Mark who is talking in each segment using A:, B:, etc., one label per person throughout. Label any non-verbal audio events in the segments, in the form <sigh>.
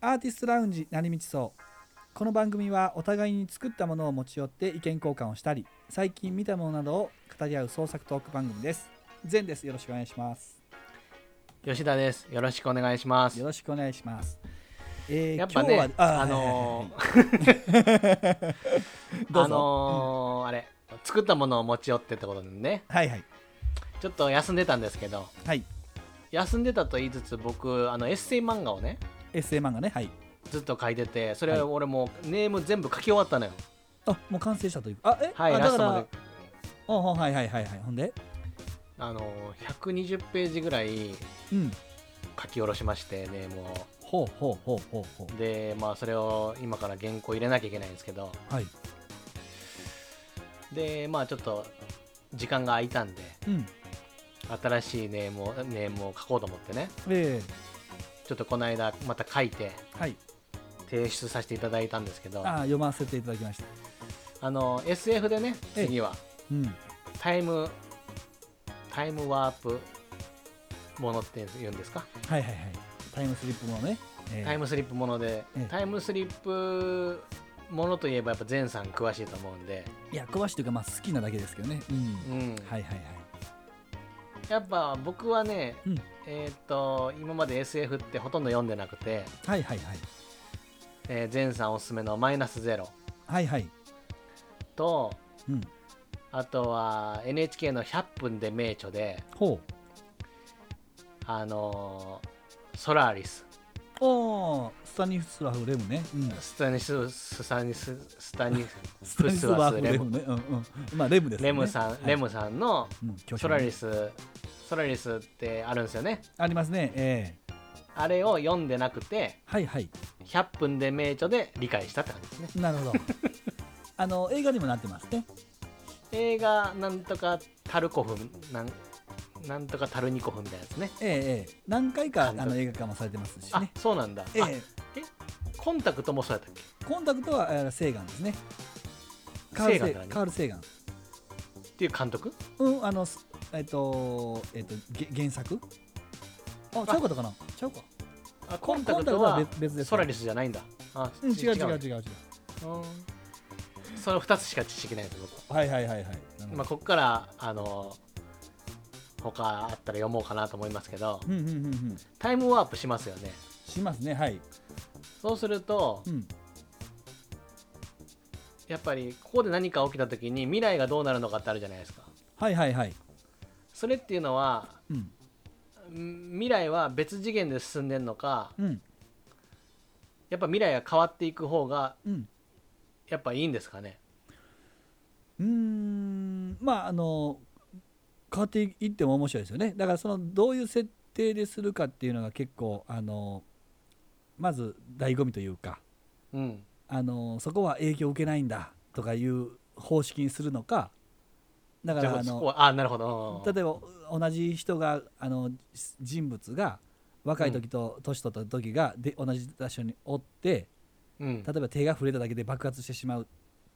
A: アーティストラウンジ成道荘この番組はお互いに作ったものを持ち寄って意見交換をしたり最近見たものなどを語り合う創作トーク番組です全ですよろしくお願いします
B: 吉田です。よろしくお願いします
A: よ。ろしくお願いしますえー
B: やっぱね
A: 今、日は
B: あのー、
A: ー
B: <laughs>
A: <laughs> どうぞ、
B: あのーあれ、作ったものを持ち寄ってってことでね、
A: はいはい
B: ちょっと休んでたんですけど、
A: はい
B: 休んでたと言いつつ、僕、あのエッセイ漫画をね、
A: エッセイ漫画ねはい
B: ずっと書いてて、それ
A: はい
B: 俺もうネーム全部書き終わったのよ。
A: あもう完成したというあえ
B: はい、
A: あ
B: ラ
A: だか
B: ストま
A: ら
B: で。
A: おうおうはいはいはいはいほんで
B: あのー、120ページぐらい
A: うん
B: 書き下ろしまして、ネームを。
A: ほうほうほうほうほ
B: で、まあ、それを今から原稿入れなきゃいけないんですけど、
A: うはい
B: で、まあ、ちょっと、時間が空いたんで、
A: うん
B: 新しいネームをネームを書こうと思ってね
A: え
B: ちょっとこの間また書いて
A: えはい
B: 提出させていただいたんですけど
A: あ
B: あ
A: 読ませていただきました
B: の SF でね
A: ええ
B: 次は
A: うん
B: タイムタイムワープものって言うんですか、
A: はいはいはいタイムスリップもね、ええ
B: タイムスリップもの
A: え
B: で、
A: え
B: タイムスリップものといえばやっぱ前さん詳しいと思うんで、
A: いや詳しいというかまあ好きなだけですけどねうん、
B: うん
A: はいはいはい
B: やっぱ僕はね、
A: うん
B: えーっと今まで SF ってほとんど読んでなくて、
A: はいはいはい
B: えー、前さんおすすめの「マイナスゼロ
A: はいはい
B: と
A: うん
B: あとは NHK の「100分で名著で」
A: ほう
B: あのーソラーリス
A: おースタニスラフレムね、うん、
B: スタニススタニススタニ
A: ス
B: ス
A: タニスラ
B: プ
A: フ
B: スワスレ
A: レ
B: ム
A: ムねうんうんまあレムですね
B: レムさん、
A: はい
B: レムさんの
A: うん巨匠
B: ソラリスソラリスってあるんですよね
A: ありますねええ
B: あれを読んでなくて
A: はいはい
B: 100分で名著で理解したって感じですね
A: なるほ
B: <laughs>
A: どあの映画にもなってますね
B: 映画なんとかタルコフなんなんとかタルニコフみたいなやつね
A: ええええ何回かあ
B: 監督
A: の映画化もされてますし
B: あ
A: ね
B: そうなんだ、
A: え
B: あ
A: え
B: コンタクトもそうやったっけ
A: コンタクトはえーセーガンですねカールセ
B: セーガンだね
A: カール・セーガン
B: っていう監督
A: うん、あの、すえっ、と、えっ、と、げ原作あ、ちゃうことかなちゃうか。
B: あコンタクトは
A: 別別です。
B: ソラリスじゃないんだあ、
A: うん、違う違う違う
B: う
A: 違う。
B: うんその2つしか知識ないです僕
A: はいはいはいはい。なるほど
B: まあ、ここからあの他あったら読もうかなと思いますけど
A: うんうんうんうん。
B: タイムワープしますよね
A: しますね、はい。
B: そうすると
A: うん。
B: やっぱりここで何か起きた時に未来がどうなるのかってあるじゃないですか
A: はいはいはい。
B: それっていうのは
A: うん。
B: ん未来は別次元で進んでんのか
A: うん。
B: やっぱ未来が変わっていく方が
A: うん。
B: やっぱいいんですかね
A: うーん。まあ、あの、変わっていっても面白いですよね。だから、その、どういう設定でするかっていうのが結構、あの、まず、醍醐味というか、
B: うん
A: あのそこは影響を受けないんだとかいう方式にするのかだか
B: じゃ
A: ら
B: あ
A: あ
B: そこ
A: の
B: はあなるほど
A: 例えば同じ人があのし人物が若い時と年取った時がで同じ場所におって
B: うん
A: 例えば手が触れただけで爆発してしまうっ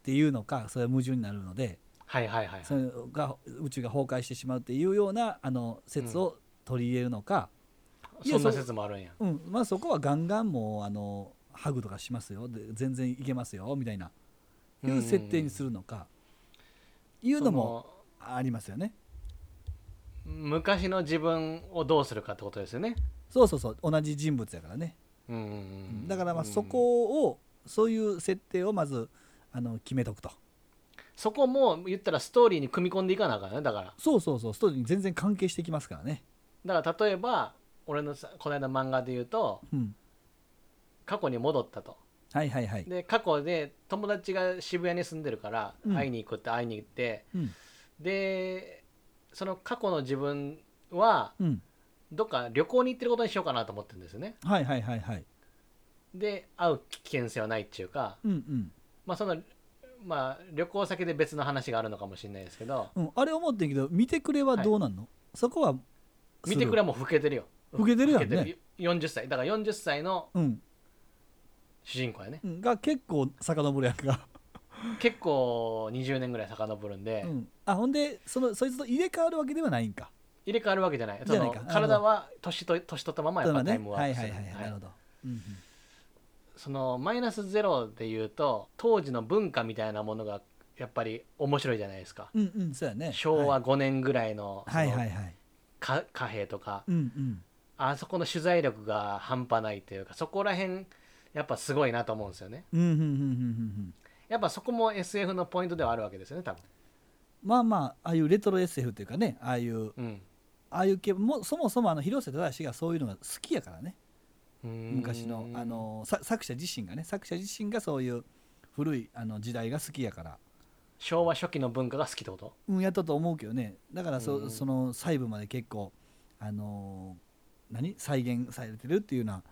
A: ていうのかそれは矛盾になるので
B: はいはいはい
A: それが宇宙が崩壊してしまうっていうようなあの説を取り入れるのか、いや
B: そんな
A: そう
B: 説もあるんや
A: うんまあ、そこはガンガンもうあのハグとかしますよで全然いけますよみたいないう設定にするのか、いうのも
B: その
A: ありますよね
B: 昔の自分をどうするかってことですよね。
A: そうそうそう同じ人物やからね、
B: うんうんうん
A: だからまあそこをそういう設定をまずあの決めとくと
B: そこも言ったらストーリーに組み込んでいかなあかんねだから
A: そうそうそうストーリーに全然関係してきますからね
B: だから例えば俺のさこの間漫画で言うと
A: うん
B: 過去に戻ったと
A: はいはいはい
B: で過去で友達が渋谷に住んでるから
A: うん
B: 会いに行くって会いに行って、
A: うん
B: でその過去の自分は
A: うん
B: どっか旅行に行ってることにしようかなと思ってるんですよね
A: はいはいはいはい
B: で会う危険性はないっていうか
A: うん
B: まあそのまあ旅行先で別の話があるのかもしれないですけど
A: うん、うん、あれ思ってんけど見てくれはどうなんの、そこは
B: 見てくれはもう老けてるよ
A: 老けてるやんね
B: 老けてる40歳だから40歳の
A: うん
B: 主人公やね
A: うんが結構遡るやんか、
B: 結構20年ぐらい遡るんで、
A: うん、あほんでそのそいつと入れ替わるわけではないんか
B: 入れ替わるわけじゃない
A: じゃない
B: そ
A: か
B: の
A: なるほど
B: 体は年と年取ったままやっぱタイムワ
A: は
B: ー
A: い
B: プす
A: はい
B: る
A: はい、なるほど、うんうん
B: そのマイナスゼロでいうと当時の文化みたいなものがやっぱり面白いじゃないですか、
A: うんうんそうやね
B: 昭和
A: は
B: 5年ぐらいの
A: いはいはい
B: その
A: はい
B: か貨幣とか
A: うんうん
B: あそこの取材力が半端ないというかそこら辺やっぱすごいなと思うんですよね
A: うんうんうんうんうん
B: やっぱそこも SF のポイントではあるわけですよね多分
A: まあまあああいうレトロ SF っていうかねああいう
B: うん
A: ああいう系もそもそもあの広瀬正がそういうのが好きやからね
B: うーん
A: 昔のあのさ作者自身がね作者自身がそういう古いあの時代が好きやから、
B: 昭和初期の文化が好きってこと
A: うん、やったと思うけどねだからそ,、
B: うん
A: その細部まで結構あのー何再現されてるっていうような、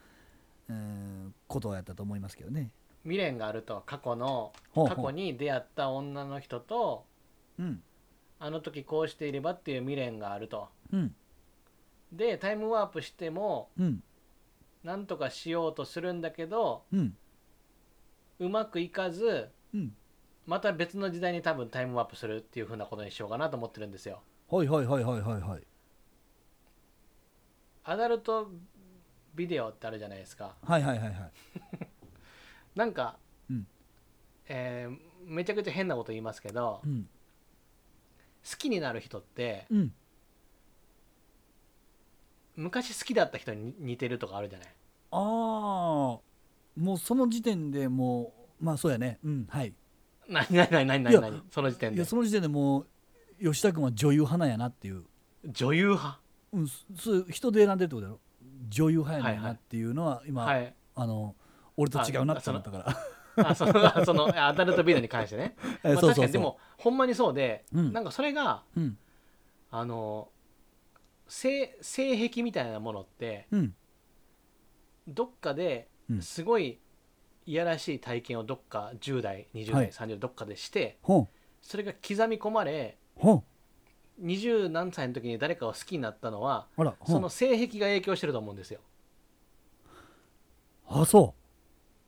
A: うーん、ことやったと思いますけどね。
B: 未練があると過去の
A: ほうほ
B: 過
A: う
B: 去に出会った女の人と
A: うん
B: あの時こうしていればっていう未練があると
A: うん
B: でタイムワープしても
A: うん
B: なんとかしようとするんだけど
A: うん
B: うまくいかず
A: うん
B: また別の時代に多分タイムワープするっていう風なことにしようかなと思ってるんですよ
A: はいはいはいはいはいはい
B: アダルトビデオってあるじゃないですか
A: はいはいはいはい
B: なんか、
A: うん
B: えーめちゃくちゃ変なこと言いますけど
A: うん
B: 好きになる人って
A: うん
B: 昔好きだった人に似てるとかあるじゃない
A: ああもうその時点でもうまあそうやねうんはい
B: 何何何何
A: いや
B: 何何その時点
A: い
B: で
A: やその時点でもう吉田君は女優派なんやなっていう、
B: 女優派
A: うん、そそう人で選んでるってことだろ女優派やねんなっていうのは今、
B: はい
A: あの俺と違うなって思ったから
B: あそのあそのアダルトビデオに関してね
A: <laughs> え
B: まあ
A: そうそう
B: 確かにで
A: そ
B: もほんまにそうで
A: ううん
B: なんかそれが
A: うん
B: あの性性癖みたいなものって
A: うん
B: どっかで
A: うん
B: すごいいやらしい体験をどっか10代20代、
A: はい
B: 30代どっかでして
A: ほん
B: それが刻み込まれ
A: ほん
B: 20何歳の時に誰かを好きになったのは
A: あらほ
B: そ
A: ん
B: の性癖が影響してると思うんですよ
A: あそ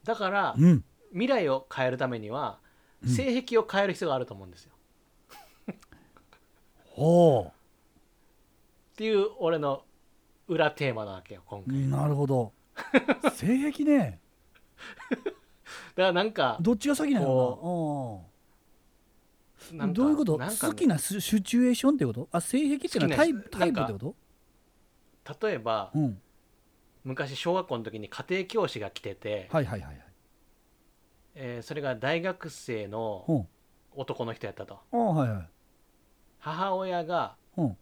B: だから
A: ううん
B: 未来を変えるためには
A: うん
B: 性癖を変える必要があると思うんですよ
A: ほ
B: っていう俺の裏テーマなわけよ今
A: う
B: 回だか
A: なるほど性癖ね
B: らなんか
A: どっちが先なんやろな
B: な
A: うんん
B: か
A: どういうこと
B: なんか
A: 好きなシシチュエーションってことあ性癖っていうのはタ
B: 好き
A: イ
B: な
A: プタイプ
B: な
A: っ
B: ん
A: て
B: か
A: こと
B: 例えば
A: うん
B: 昔小学校の時に家庭教師が来てて、
A: はいはいはいはい
B: えーそれが大学生の
A: ほん
B: 男の人やったと
A: あはいはい
B: 母親が
A: ほん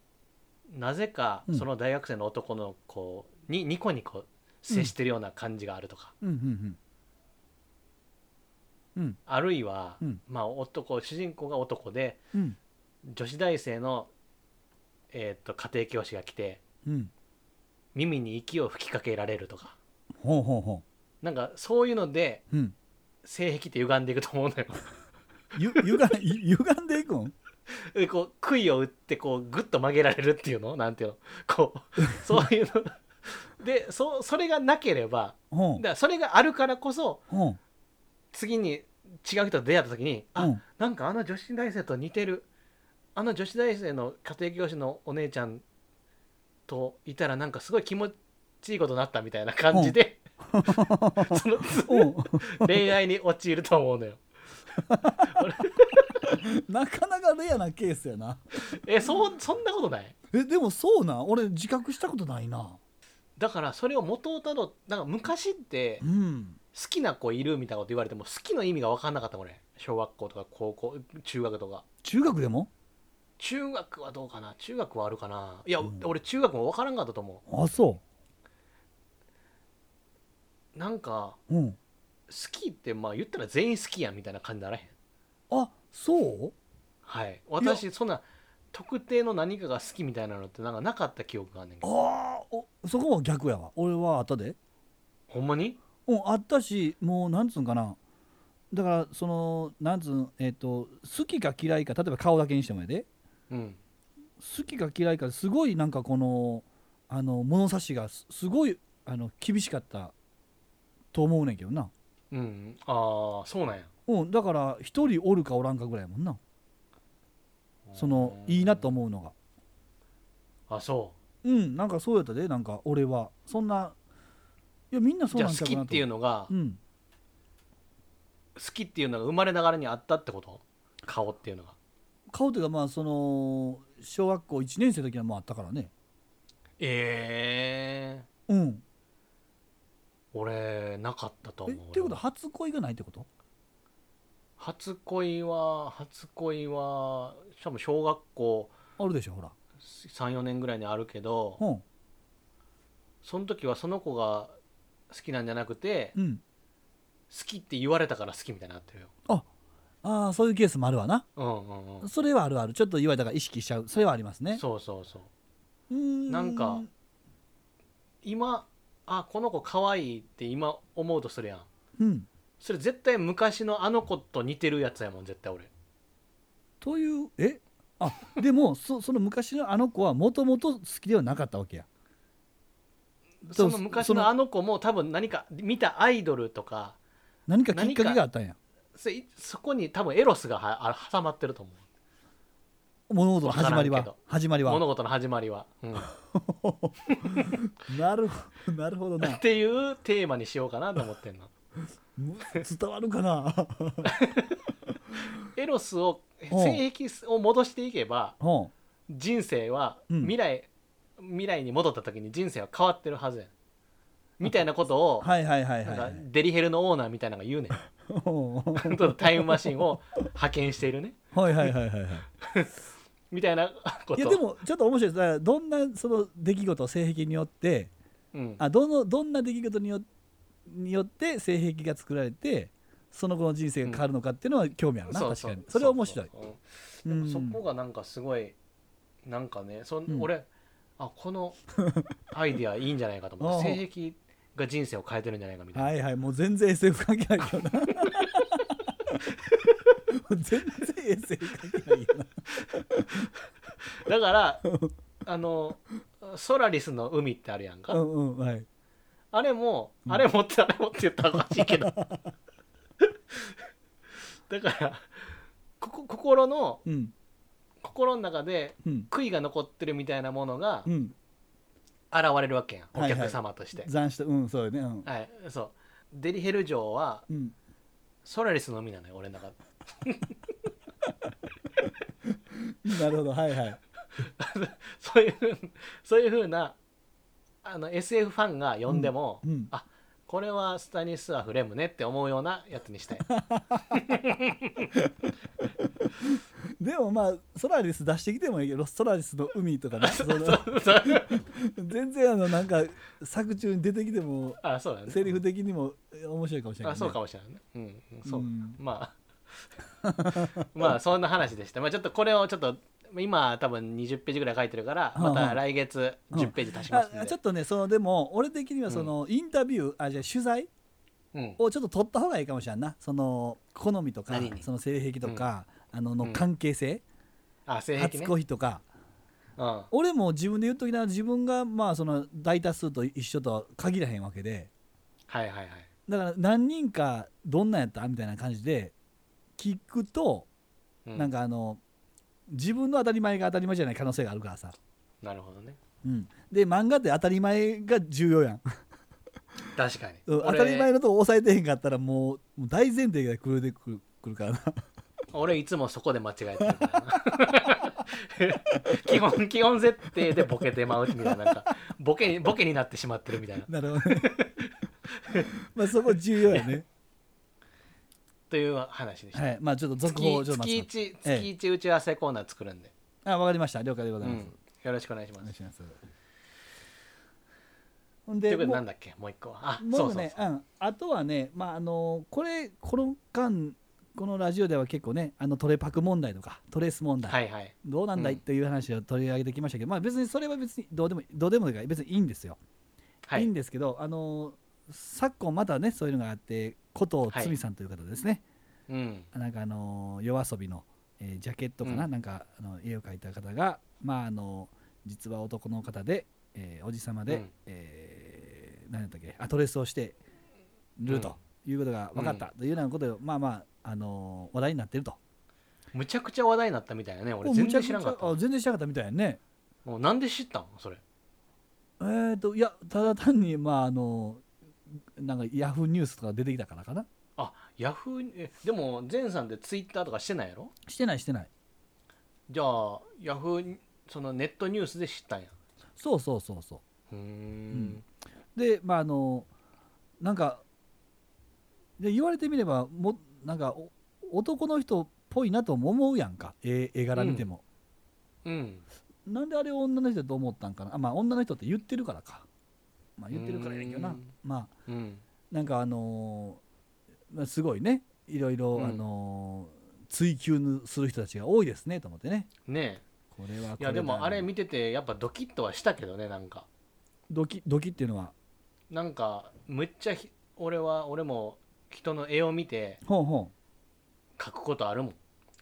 B: なぜか
A: うん
B: その大学生の男の子にニコニコ接してるような感じがあるとか、
A: うんうんうん
B: あるいは、
A: うん
B: まあ男主人公が男で
A: うん
B: 女子大生の、えー、と家庭教師が来て
A: うんうん
B: 耳に息を吹きかけられるとか
A: ほうほうほ
B: なんかそういうので
A: ううん
B: 性癖って歪んでいくと思うのよ <laughs>
A: <laughs> ゆゆがゆ歪んでいくん
B: でこう杭を打ってこうグッと曲げられるっていうのなんていうのこうそういうのでそそれがなければ
A: ほ
B: だ
A: ん
B: からそれがあるからこそ
A: ほん
B: 次に違う人と出会った時に、
A: う
B: あ
A: ん
B: なんかあの女子大生と似てるあの女子大生の家庭教師のお姉ちゃんといたらなんかすごい気持ちいいことになったみたいな感じで、その
A: <laughs> うん
B: 恋愛に陥ると思
A: <laughs>
B: うのよ
A: なかなかレアなケースやな
B: えそうそんなことない
A: えでもそうなん俺自覚したことないな
B: だからそれを元をたどなんか昔って
A: うん
B: 好きな子いるみたいなこと言われても好きの意味が分かんなかったもんね小学校とか高校中学とか
A: 中学でも
B: 中学はどうかな中学はあるかないや、
A: うん
B: 俺中学も分からんかったと思
A: あそう
B: なんか
A: ううん
B: 好きってまあ言ったら全員好きやんみたいな感じにならへん
A: あそう
B: はい私そんな特定の何かが好きみたいなのってなんかなかった記憶があんねんけど
A: あーおそこも逆やわ俺はあったで
B: ほんまに
A: うんあったしもうなんつうんかなだからそのなんつうんえっ、と好きか嫌いか例えば顔だけにしてもやで
B: うん
A: 好きか嫌いかすごいなんかこのあの物差しがすすごいあの厳しかったと思うねんけどな、
B: うんああそうなんや
A: うん、だから一人おるかおらんかぐらいやもんなそのいいなと思うのが
B: あそ
A: うんなんかそうやったでなんか俺はそんないやみんな
B: う
A: そう
B: じゃ
A: な
B: あ
A: んちゃ
B: 好
A: う
B: き
A: かな
B: っ
A: と
B: ていうのが
A: うん
B: 好きっていうのが生まれながらにあったってこと顔っていうのが
A: 顔というかまあその小学校1年生の時はもうあったからね
B: ええ
A: うん
B: 俺なかったと
A: えっ
B: 思う
A: ていうことは初恋がないってこと
B: 初恋は初恋はしかも小学校
A: あるでしょほら
B: 34年ぐらいにあるけど
A: うん
B: その時はその子が好きなんじゃなくて
A: うん
B: 好きって言われたから好きみたいになってるよ
A: ああそういうケースもあるわな
B: うんうんうん
A: それはあるあるちょっと言われたから意識しちゃうそれはありますね
B: そうそうそう
A: うーん
B: なんか今あこの子可愛いって今思うとするやん
A: うん
B: それ絶対昔のあの子と似てるやつやもん絶対俺
A: というえあでもそその昔のあの子はもともと好きではなかったわけや
B: そ
A: そ
B: の昔
A: その
B: のあの子も多分何か見たアイドルとか
A: 何かきっかけがあったんや
B: そいそこに多分エロスがはあ挟まってると思う
A: 物事の始まり
B: わか
A: は
B: らんけ
A: 始まり
B: 物
A: は
B: 事の始まりは、うん
A: なるほどなるほど
B: <laughs> っ <laughs>
A: な
B: ていうテーマにしようかなと思ってんの
A: む伝わるかな <laughs>
B: エロスを
A: うん
B: 性癖を戻していけば
A: うん
B: 人生は
A: うん
B: 未来、未来に戻った時に人生は変わってるはずやんみたいなことを
A: はいはいはい
B: な
A: は
B: ん
A: い、
B: か
A: はい
B: デリヘルのオーナーみたいなのが言う
A: う
B: ねん
A: ん
B: ちょっとタイムマシンを派遣しているね
A: はいはいはいはいはい
B: みたいなこと
A: いやでもちょっと面白いですだからどんなその出来事性癖によって
B: うん、
A: あどのどんな出来事によによって性癖が作られてその後の人生が変わるのかっていうのは興味あるな、確かにそれは面白い
B: そうそう
A: う
B: でも
A: ん
B: そこがなんかすごいなんかねそん、
A: うん
B: 俺あこのアイディアいいんじゃないかと思っ
A: ああ
B: て性癖が人生を変えてるんじゃないかみたいな、
A: はいはいもう全然 SF 関係ないけどなもう全然 SF 関係ないよな
B: だからあのソラリスの海ってあるやんか、
A: うんうんはい
B: あれも、
A: うん
B: あれもってあれもって言ったらおかしいけ
A: <laughs>
B: どだからここ心の
A: うん
B: 心の中で
A: うん
B: 悔いが残ってるみたいなものが
A: うん
B: 現れるわけやん、
A: はいはい
B: お客様として
A: 斬したうんそうよねうん、
B: はい、そうデリヘル城は
A: うん、
B: ソラリスの海なのよ俺の中
A: なるほどはいはい
B: そういうふうそういうふうなあの SF ファンが呼んでも、
A: うん
B: あこれはスタニスワフレムねって思うようなやつにしたい
A: でもまあソラリス出してきてもいいけどソラリスの海とか
B: <laughs>
A: ねその全然あのなんか作中に出てきても
B: あそうだね
A: セリフ的にもえ面白いかもしれない、
B: あ
A: ね、
B: そうかもしれないねうんうんそう、
A: うん
B: まあ <laughs> まあそんな話でした、まあ、ちょっとこれをちょっと今多分20ページぐらい書いてるから
A: うんう
B: ま
A: ん
B: た来月10ページ足しますんで、
A: あちょっとねそのでも俺的にはその、インタビューあじゃあ取材
B: うん
A: をちょっと取った方がいいかもしれんなその好みとか
B: 何に
A: その性癖とか、あのの
B: うん
A: 関係性、
B: あ性癖
A: 初
B: ね、
A: 恋とか
B: うん、
A: 俺も自分で言っときながら自分がまあその大多数と一緒とは限らへんわけで
B: はいはいはい
A: だから何人かどんなんやったみたいな感じで聞くと、
B: う
A: なん
B: か
A: かあの自分の当たり前が当たり前じゃない可能性があるからさ、
B: なるほどね
A: うん、で漫画って当たり前が重要やん
B: 確かに
A: うん当
B: <laughs> 俺
A: たり前のとこ抑えてへんかったらもうもう大前提が狂えてくるくるからな
B: 俺いつもそこで間違えてるからな <laughs> 基本基本設定でボケてまうみたいななんかボケにボケになってしまってるみたい
A: な
B: な
A: るほどね <laughs> まあそこ重要やね
B: という話でした、
A: <laughs> はいまあちょっと続
B: 月
A: 報をちょっと
B: 月
A: 待って
B: 一
A: ええ
B: 月一打ち合わせコーナー作るんで、
A: あわかりました了解でござ
B: う
A: います、
B: ん、よろしくお願いし
A: お
B: ま
A: 願い
B: す
A: しますほん
B: とい
A: で
B: うこと
A: も
B: で
A: う
B: なんだっけもう一個はあ
A: もう
B: そうそう
A: ね
B: そううん
A: あとはねまああのこれこの間このラジオでは結構ねあのトレパク問題とかトレース問題、
B: はいはい
A: どうなんだい
B: うん
A: っていう話を取り上げてきましたけど、まあ別にそれは別にどうでもいいどうでもいいから別にいいんですよ、、
B: はい
A: い
B: い
A: んですけどあの昨今またねそういうのがあって古藤つみさんという方ですね、
B: うん
A: なんかあの夜遊びの、えージャケットかな、
B: うん
A: なんかあの絵を描いた方がまああの実は男の方で、えーおじさまで、
B: うん
A: えー何だったっけアトレスをしてるということが分かったというようなことで、まあまああの話題になってると
B: むちゃくちゃ話題になったみたいなね俺
A: お
B: 全
A: むちゃ
B: 然
A: くち
B: 知
A: ゃ
B: らんかった
A: あ全然知らなかったみたいやね
B: もうなんで知ったのそれ
A: えー、といやただ単にまああのなんかヤフーニュースとか出てきたからかな
B: あヤフーえでも前さんでツイッターとかしてないやろ
A: してないしてない
B: じゃあヤフーそのネットニュースで知ったんや
A: そうそうそうそう
B: うーん
A: んでまああのなんかで言われてみればもなんかお男の人っぽいなとも思うやんか絵絵柄見ても、
B: うん
A: なんであれを女の人だと思ったんかなあまあ女の人って言ってるからか、まあ、言ってるからやけど
B: う
A: なんまあ
B: うん
A: なんかあのーまあ、すごいねいろいろ、
B: うん
A: あのー追求する人たちが多いですねと思ってね
B: ね
A: これはこ
B: えい
A: れ
B: やで
A: だ
B: も
A: な
B: あれ見ててやっぱドキッとはしたけどねなんか
A: ドキドキっていうのは
B: なんかむっちゃひ俺は俺も人の絵を見て
A: ほうほ
B: 描くことあるもん
A: う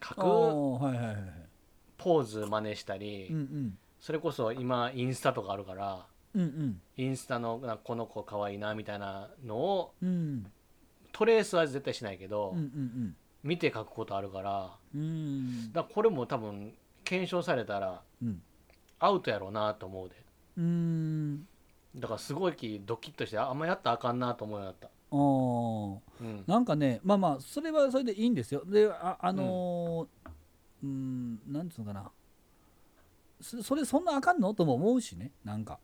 B: 描く
A: おーはいはいはいはい
B: ポーズ真似したり、
A: うん
B: それこそ今インスタとかあるから
A: うんうん
B: インスタのなんかこの子可愛いなみたいなのを
A: うんうん
B: トレースは絶対しないけど、
A: うんうん
B: 見て書くことあるから
A: うんうん
B: だからこれも多分検証されたら
A: うん
B: アウトやろうなと思うで
A: うーん
B: だからすごいきドキッとしてああんまやったらあかんなと思うようになった、
A: あー
B: うん、
A: なんかねまあまあそれはそれでいいんですよでああのーうーんなんつうのかなそそれそんなあかんのとも思うしねなんか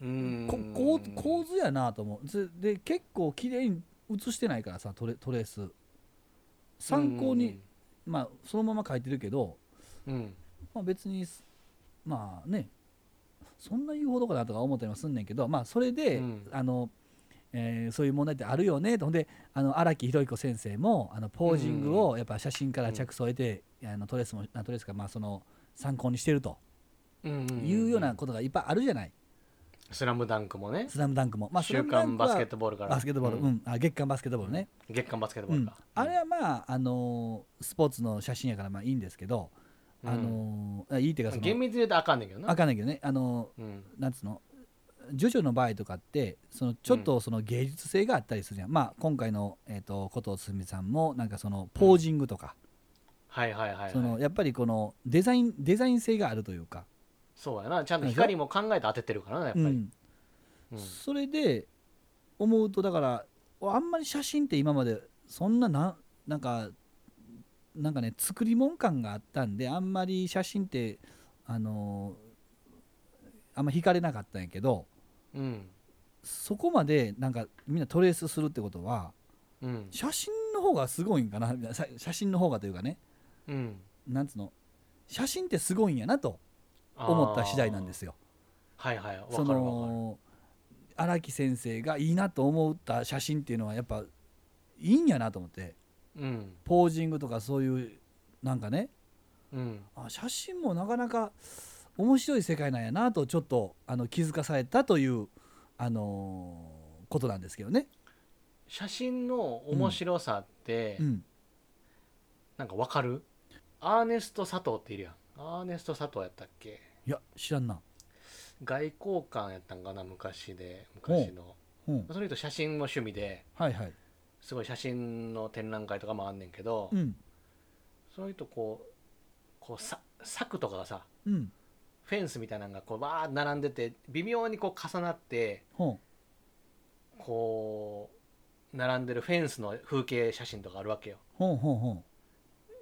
B: うーん
A: こ構構図やなと思うずで結構綺麗に写してないからさトレトレース参考に、まあそのまま書いてるけど、
B: うんうん
A: まあ、別にすまあねそんな言うほどかなとか思ったりもすんねんけどまあそれで、
B: うん
A: あのえーそういう問題ってあるよねとほんであの荒木宏彦先生もあのポージングをやっぱ写真から着想を得て、あのトレースもあトレースかまあその参考にしてると
B: うんん
A: いうようなことがいっぱいあるじゃない
B: 「スラムダンクもね
A: 「スラムダンクも、まあ、スラ
B: 週
A: ムダン
B: 刊
A: クは
B: バスケットボールから
A: バスケットボール、
B: う
A: うんんあ月刊バスケットボールね、
B: 月刊バスケット
A: う
B: ボール
A: ん
B: か、
A: あれはまあ、あのースポーツの写真やからまあいいんですけど、
B: うん
A: あのーあいいっていうかそ
B: 厳
A: の
B: 密に言うとあかんねんけどな
A: あかんないけどね、あの
B: うん
A: ーなんつうのジョジョの場合とかってそのちょっとその芸術性があったりするじゃん、まあ、今回の、えー、と琴すみさんもなんかそのポージングとか、
B: はいはいはい、はい、
A: そのやっぱりこのデザインデザイン性があるというか、
B: そうやなちゃんと光も考えて当ててるからなやっぱり、
A: う
B: うん
A: んそれで思うとだからあんまり写真って今までそんなななんかなんかね作り物感があったんであんまり写真ってあのあんま惹かれなかったんやけど
B: うん
A: そこまでなんかみんなトレースするってことは
B: うん
A: 写真の方がすごいんかなさ写真の方がというかね
B: うん
A: なんつうの写真ってすごいんやなと思った次第なんですよ。
B: はいはいわか
A: そ
B: るわかる
A: の荒木先生がいいなと思った写真っていうのはやっぱいいんやなと思って
B: うん
A: ポージングとかそういうなんかね
B: うん
A: あ写真もなかなか面白い世界なんやなとちょっとあの気づかされたという、あのーことなんですけどね。
B: 写真の面白さって、
A: うん、
B: なんかわかるアーネスト・佐藤っているやんアーネスト・佐藤やったっけ
A: いや知らんな。
B: 外交官やったんかな昔で昔の
A: うん、
B: それと写真も趣味で
A: はいはい。
B: すごい写真の展覧会とかもあんねんけど、
A: うん
B: そういうとこうこうさ柵とかがさ
A: うん
B: フェンスみたいなのがこうわーっと並んでて微妙にこう重なって
A: ほ
B: こう並んでるフェンスの風景写真とかあるわけよ
A: うほうほうほう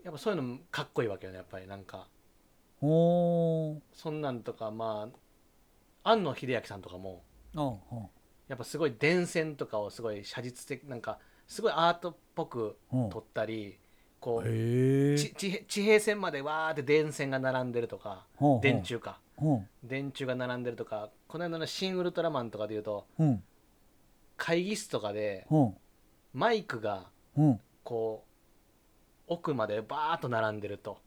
B: やっぱそういうのもかっこいいわけよねやっぱりなんか
A: ほう
B: そんなんとかまあ庵野秀明さんとかも
A: あほ
B: やっぱすごい電線とかをすごい写実的なんかすごいアートっぽく
A: うほ
B: 撮ったりこ
A: う。
B: う
A: へ
B: ち
A: え。
B: 地地平線までわーって電線が並んでるとか
A: ほうほう
B: 電。柱か
A: ほ
B: 電柱が並んでるとかこの間の「シン・ウルトラマン」とかでいうと
A: ううん
B: 会議室とかで
A: ほ
B: マイクが
A: うほう。
B: こう奥までバーッと並んでると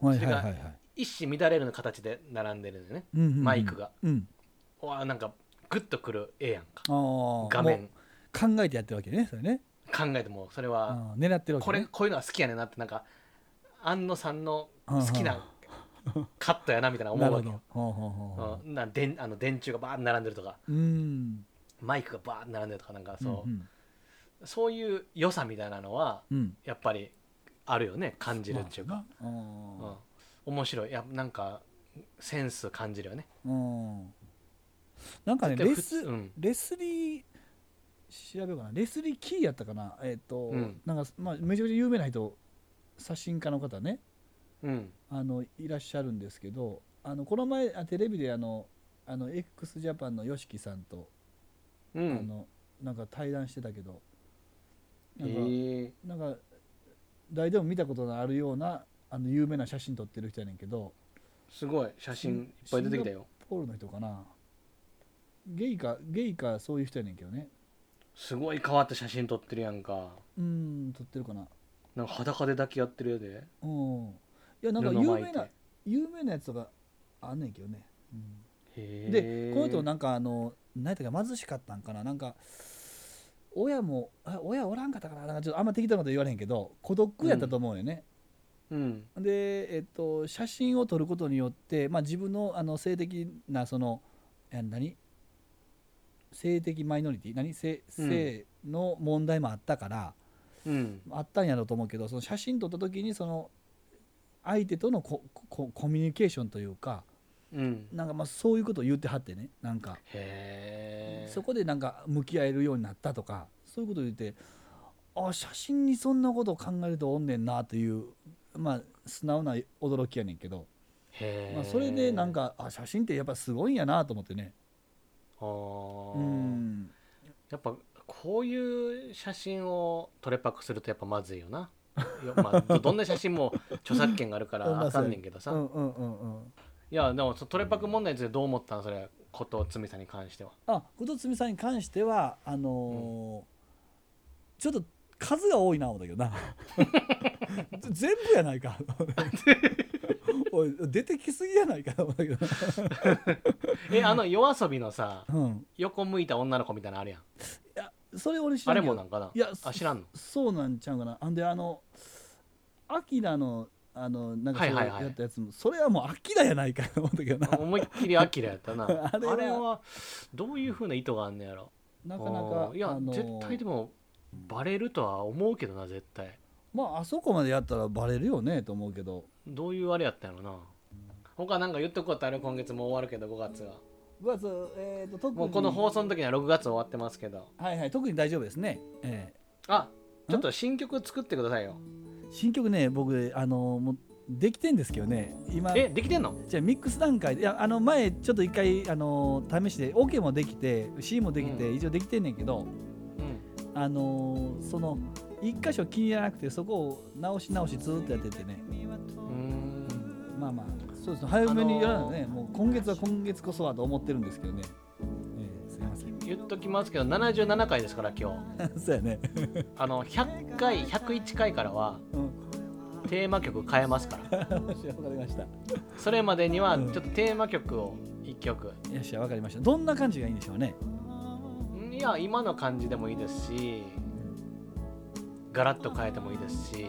A: はいは
B: それ
A: い
B: が
A: はいはい
B: 一糸乱れるの形で並んでるのよね
A: うんうんうん
B: マイクが、
A: うん、
B: うわーなんかグッとくる絵やんか
A: あー
B: 画
A: も
B: 面
A: う考えてやってるわけねそれね
B: 考えてもそれは
A: あー狙ってるわけ、
B: こ
A: ね、
B: れこういうのが好きやねんなってなんか安野さんの好
A: <laughs>
B: きなカットやなみたいな思うわけ
A: な
B: よ
A: る、ほどほうほうほうほ
B: うん、なんでんあの電柱がバーッと並んでるとか
A: ううん
B: マイクがバーッと並んでるとかなんかそう、
A: うん
B: そういう良さみたいなのは
A: うん、うん、
B: やっぱりあるよね感じるっていうか、
A: まあなあ
B: うん、面白いいやなんかセンス感じるよね
A: ーうんなんかね
B: 絶対
A: レ
B: 普通
A: ス
B: うん
A: レスリー調べようかなレスリー・キーやったかなえっ、と、
B: うん
A: なんか、まあ、めちゃめちゃ有名な人写真家の方ね
B: うん
A: あのいらっしゃるんですけどあのこの前あテレビであのあの x ジャパンの YOSHIKI さんと、
B: う
A: あ
B: ん
A: のなんか対談してたけど
B: へ
A: なんか,、
B: え
A: なんか誰でも見たことのあるようなあの有名な写真撮ってる人やねんけど
B: すごい写真いっぱい出てきたよ
A: ポールの人かなゲイかゲイかそういう人やねんけどね
B: すごい変わった写真撮ってるやんか
A: うーん撮ってるかな
B: なんか裸で抱き合ってるやで
A: うんいやなんか
B: 布
A: 有
B: 巻い
A: 名
B: て
A: な有名なやつとかあんねんけどね、うん
B: へ
A: で
B: え
A: この人もなんかあの何やったか貧しかったんかななんか親もあ親おらんかったかななんかちょっとあんま適当なこと言われへんけど孤独やったと思うよね、
B: うん
A: で、えっと、写真を撮ることによって、まあ、自分のあの性的なそのえ何性的マイノリティ何性
B: うん
A: 性の問題もあったから、
B: うん
A: あったんやろうと思うけどその写真撮った時にその相手とのコココミュニケーションというか
B: うん
A: なんかまあそういうことを言ってはってねなんか。
B: へえ
A: そこでなんか向き合えるようになったとかそういうことを言ってあ写真にそんなことを考えるとおんねんなというまあ素直な驚きやねんけど、
B: へえ
A: まあ、それでなんかあ写真ってやっぱすごいんやなと思ってね
B: あー
A: うん
B: やっぱこういう写真をトレパクするとやっぱまずいよないやまあどど <laughs> んな写真も著作権があるか
A: <laughs> まあ
B: らあかんねんけど
A: う
B: さ、
A: んうんうんうん
B: いやでもそのトレパク問題についてどう思ったんそれことつみさんに関しては
A: あことつみさんに関してはあのーちょっと数が多いな思うんだけ
B: <laughs>
A: どな全部やないか <laughs> おい出てきすぎやないか思うんだけどな、
B: えあの夜遊びのさ
A: うん、
B: 横向いた女の子みたいなのあるやん
A: いやそれ俺知ら
B: あ
A: んけ
B: れ
A: ど
B: もなんかない
A: や
B: あ知らんの
A: そうなんちゃうかなあんであのアキラのあのなんかそ
B: は
A: れ
B: いはいはい
A: やったやつも、それはもうアキラやないかと思ったけどな
B: 思いっきりアキラやったな
A: <laughs> あ
B: あ
A: れ
B: れ
A: は
B: はどういうふうな意図があんねやろ
A: なかな
B: あ
A: か
B: ーいや、
A: あの
B: 絶対でもバレるとは思うけどな絶対
A: まああそこまでやったらバレるよねと思うけど
B: どういうあれやったんやろな他なんか言っとくことある今月もう終わるけど5月は
A: 5月、えー、と特に
B: もうこの放送の時には6月終わってますけど
A: はいはい特に大丈夫ですね、え
B: あちょっと新曲作ってくださいよ
A: え新曲ね僕あのもうできてんですけどね今
B: えできてんの
A: じゃあミックス段階でいやあの前ちょっと一回あの試して OK もできて C もできて、
B: う
A: 一応できてんねんけど、
B: うん
A: あのーその一箇所気に入らなくてそこを直し直しずーっとやっててね
B: うーん
A: まあまあそうですね早めにやらないとね、もう今月は今月こそはと思ってるんですけどね、えーすいません
B: 言っときますけど77回ですから今日
A: <laughs> そうやね、
B: あの100回101回からは
A: うん、
B: テーマ曲変えますから
A: わかりましたよ
B: それまでには
A: うん
B: ちょっとテーマ曲を1曲、
A: っしゃわかりましたどんな感じがいいんでしょうね
B: んいや今の感じでもいいですしガラッと変えてもいいですし
A: ね
B: ち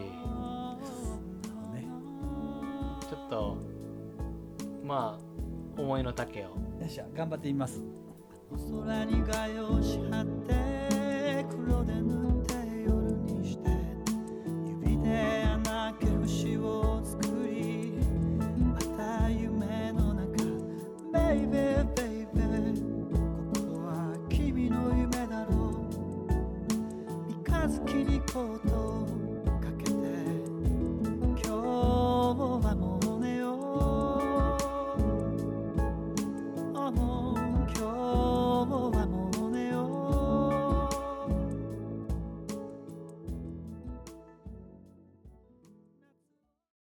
B: ょっとまあ思いの丈を
A: よっしゃ頑張ってみます
C: 空にがよし張って黒で塗って夜にして指で穴開け星を作りまた夢の中ベイベーベイベーここは君の夢だろう三日月に行こうと 어,